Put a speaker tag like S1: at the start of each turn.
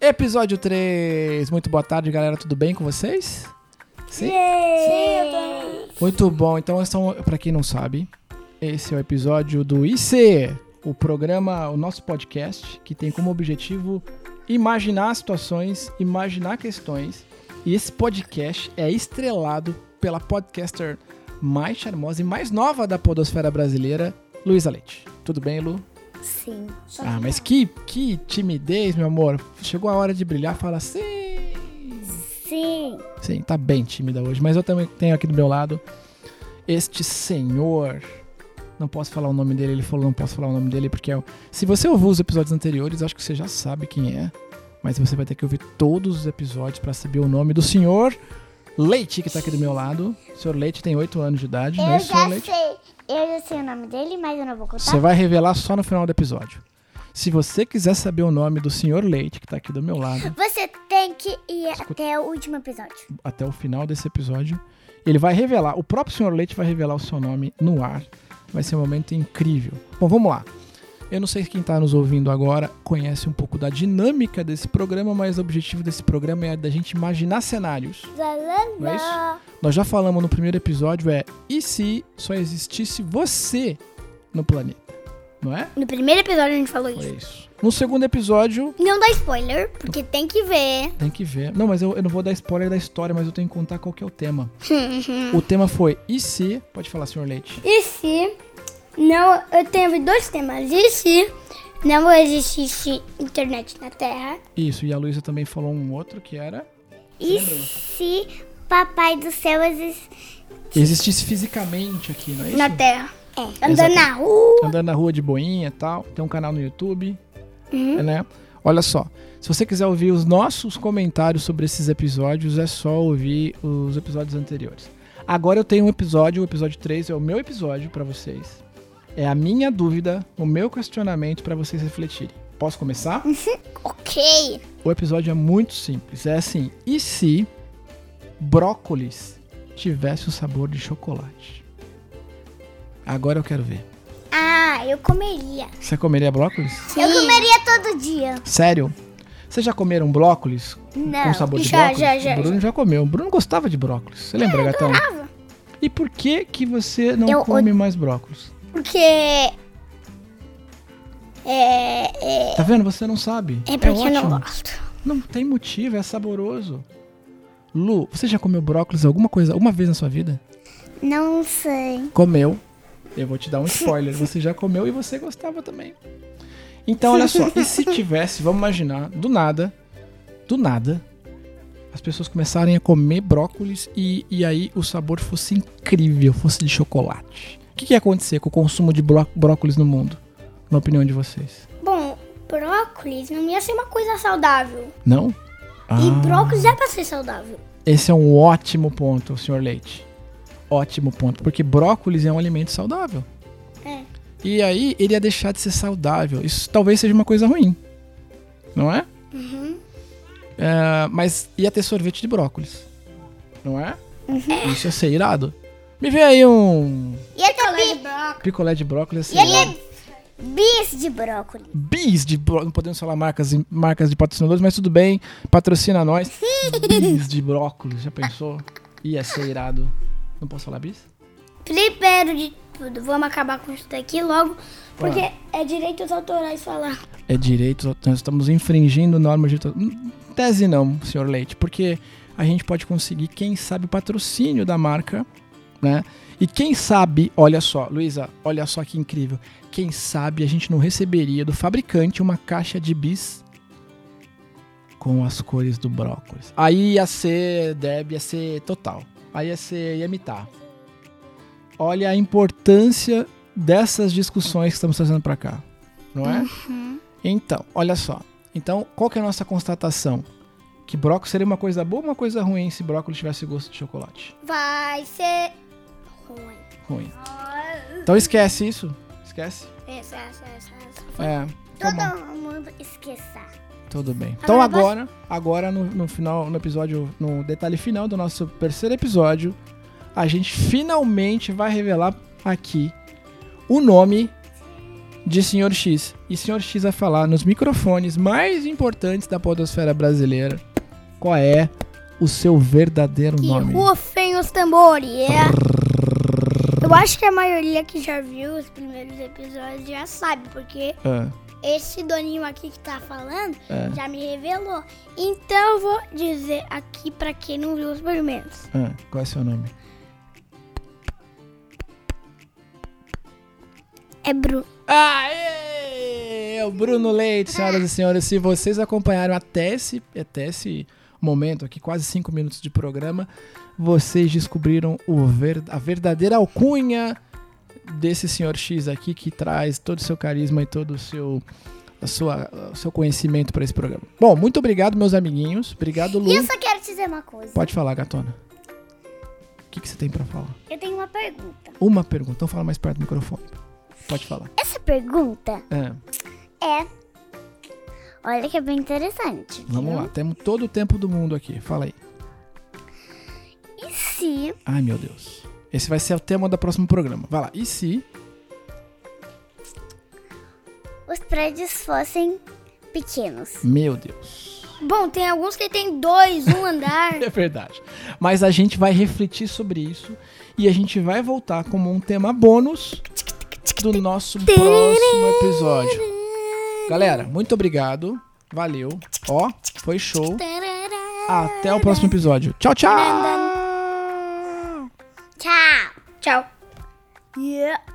S1: Episódio 3. Muito boa tarde, galera. Tudo bem com vocês? Sim? Muito bom. Então, são, para quem não sabe, esse é o episódio do IC, o programa, o nosso podcast, que tem como objetivo imaginar situações, imaginar questões. E esse podcast é estrelado pela podcaster mais charmosa e mais nova da podosfera brasileira, Luísa Leite. Tudo bem, Lu?
S2: Sim.
S1: Ah, mas que, que timidez, meu amor. Chegou a hora de brilhar, fala sim.
S2: Sim.
S1: Sim, tá bem tímida hoje, mas eu também tenho aqui do meu lado este senhor. Não posso falar o nome dele, ele falou não posso falar o nome dele, porque é o- se você ouviu os episódios anteriores, acho que você já sabe quem é. Mas você vai ter que ouvir todos os episódios pra saber o nome do senhor Leite, que tá aqui do meu lado. O senhor Leite tem 8 anos de idade,
S2: Eu
S1: né, senhor
S2: já
S1: Leite?
S2: sei. tá? Eu já sei o nome dele, mas eu não vou contar.
S1: Você vai revelar só no final do episódio. Se você quiser saber o nome do senhor Leite, que tá aqui do meu lado,
S2: Você tem que ir até o último episódio.
S1: até o final desse episódio. Ele vai revelar, o próprio Sr. Leite vai revelar o seu nome no ar. Vai ser um momento incrível. Bom, vamos lá. Eu não sei se quem está nos ouvindo agora conhece um pouco da dinâmica desse programa, mas o objetivo desse programa é da gente imaginar cenários. Não é isso? Nós já falamos no primeiro episódio é e se só existisse você no planeta, não é?
S2: No primeiro episódio a gente falou
S1: É
S2: isso.
S1: isso. No segundo episódio
S2: Não dá spoiler, porque tem que ver.
S1: Tem que ver. Não, mas eu, eu não vou dar spoiler da história, mas eu tenho que contar qual que é o tema. o tema foi e se... Pode falar, senhor Leite.
S2: E se não, eu tenho dois temas. E se não existisse internet na Terra?
S1: Isso, e a Luísa também falou um outro que era...
S2: E se papai do céu existisse
S1: Existisse fisicamente aqui, não é isso?
S2: na Terra? É.
S1: Exato.
S2: Andando na rua.
S1: Andando na rua de boinha e tal. Tem um canal no YouTube, né? Olha só, se você quiser ouvir os nossos comentários sobre esses episódios, é só ouvir os episódios anteriores. Agora eu tenho um episódio, o episódio 3 é o meu episódio pra vocês. É a minha dúvida, o meu questionamento pra vocês refletirem. Posso começar?
S2: Uhum. Ok.
S1: O episódio é muito simples. É assim: e se brócolis tivesse o sabor de chocolate? Agora eu quero ver.
S2: Ah, eu comeria.
S1: Você comeria brócolis?
S2: Eu comeria todo dia.
S1: Sério? Vocês já comeram brócolis
S2: Não.
S1: com sabor de
S2: Já,
S1: brócolis?
S2: já, já,
S1: O Bruno já comeu. O Bruno gostava de brócolis. Você lembra, gatão? E por que que você não
S2: Eu od-
S1: come mais brócolis?
S2: Porque. É. É,
S1: Tá vendo? Você não sabe.
S2: é porque eu
S1: ótimo.
S2: não gosto.
S1: Não tem motivo, é saboroso. Lu, você já comeu brócolis alguma coisa, alguma vez na sua vida?
S2: Não sei.
S1: comeu. Eu vou te dar um spoiler. Você já comeu e você gostava também. Então, olha só. E se tivesse, vamos imaginar, do nada, do nada, as pessoas começarem a comer brócolis e, e aí o sabor fosse incrível, fosse de chocolate. O que, que ia acontecer com o consumo de bró- brócolis no mundo? Na opinião de vocês?
S3: Bom, brócolis não ia ser uma coisa saudável.
S1: Não? Ah,
S3: E brócolis é pra ser saudável.
S1: esse é um ótimo ponto, senhor Leite. Ótimo ponto, porque brócolis é um alimento saudável.
S3: É.
S1: E aí ele ia deixar de ser saudável. Isso talvez seja uma coisa ruim. Não é?
S2: Uhum.
S1: É, mas ia ter sorvete de brócolis. Não é?
S2: Uhum.
S1: Isso ia ser irado. Me vê aí um
S2: E até
S3: Picolé de brócolis.
S1: picolé de brócolis. Ia ser
S2: E
S1: irado.
S2: ele é bis de brócolis.
S1: Bis de brócolis. Não podemos falar marcas, em- marcas de patrocinadores, mas tudo bem. Patrocina nós. Bis de brócolis. Já pensou? Ia ser irado. Não posso falar bis?
S3: Primeiro de tudo, vamos acabar com isso daqui logo, porque é direitos autorais falar.
S1: é direito, nós estamos infringindo normas de. Hum, Tese não, senhor Leite, porque a gente pode conseguir, quem sabe, o patrocínio da marca, né? E quem sabe, olha só, Luísa, olha só que incrível. Quem sabe a gente não receberia do fabricante uma caixa de bis com as cores do brócolis. Aí ia ser, Deb, ia ser total. Aí ia ser, ia imitar. Olha a importância dessas discussões que estamos trazendo pra cá, não é? Então, olha só. Então, qual que é a nossa constatação? Que brócolis seria uma coisa boa ou uma coisa ruim se brócolis tivesse gosto de chocolate?
S3: Vai ser ruim.
S1: Ruim. Então esquece isso. Esquece.
S3: Essa, essa, essa, essa.
S1: É. tá
S2: Todo
S1: bom.
S2: mundo esqueça.
S1: Tudo bem. Então
S3: Agora
S1: agora, agora no, no final, no episódio, no detalhe final do nosso terceiro episódio, a gente finalmente vai revelar aqui o nome de Senhor X. E Senhor X vai falar nos microfones mais importantes da podosfera brasileira qual é o seu verdadeiro
S3: Que
S1: nome.
S3: rufem os tambores. é. Eu acho que a maioria que já viu os primeiros episódios já sabe, porque
S1: Ah,
S3: esse doninho aqui que tá falando
S1: É.
S3: já me revelou. Então eu vou dizer aqui pra quem não viu os primeiros.
S1: ah, qual é o seu nome?
S3: É Bruno.
S1: Aê! É o Bruno Leite, senhoras e senhores. Se vocês acompanharam até esse, até esse momento aqui, quase cinco minutos de programa, vocês descobriram o ver- a verdadeira alcunha desse senhor X aqui, que traz todo o seu carisma e todo o seu, a sua- o seu conhecimento para esse programa. Bom, muito obrigado, meus amiguinhos. Obrigado, Lu.
S3: E eu só quero te dizer uma coisa.
S1: Pode falar, gatona. O que, que você tem para falar?
S3: Eu tenho uma pergunta.
S1: Uma pergunta. Então fala mais perto do microfone. Pode falar.
S3: Essa pergunta
S1: É.
S3: é. Olha que é bem interessante.
S1: Vamos lá, temos todo o tempo do mundo aqui. Fala aí.
S3: E se
S1: Ai, meu Deus. Esse vai ser o tema do próximo programa. Vai lá. E se?
S3: os prédios fossem pequenos?
S1: Meu Deus.
S3: Bom, tem alguns que tem dois, um andar.
S1: É verdade. Mas a gente vai refletir sobre isso e a gente vai voltar como um tema bônus do nosso próximo episódio. Galera, muito obrigado. Valeu. Ó, foi show. Até o próximo episódio. Tchau, tchau.
S3: Tchau. Tchau. Yeah.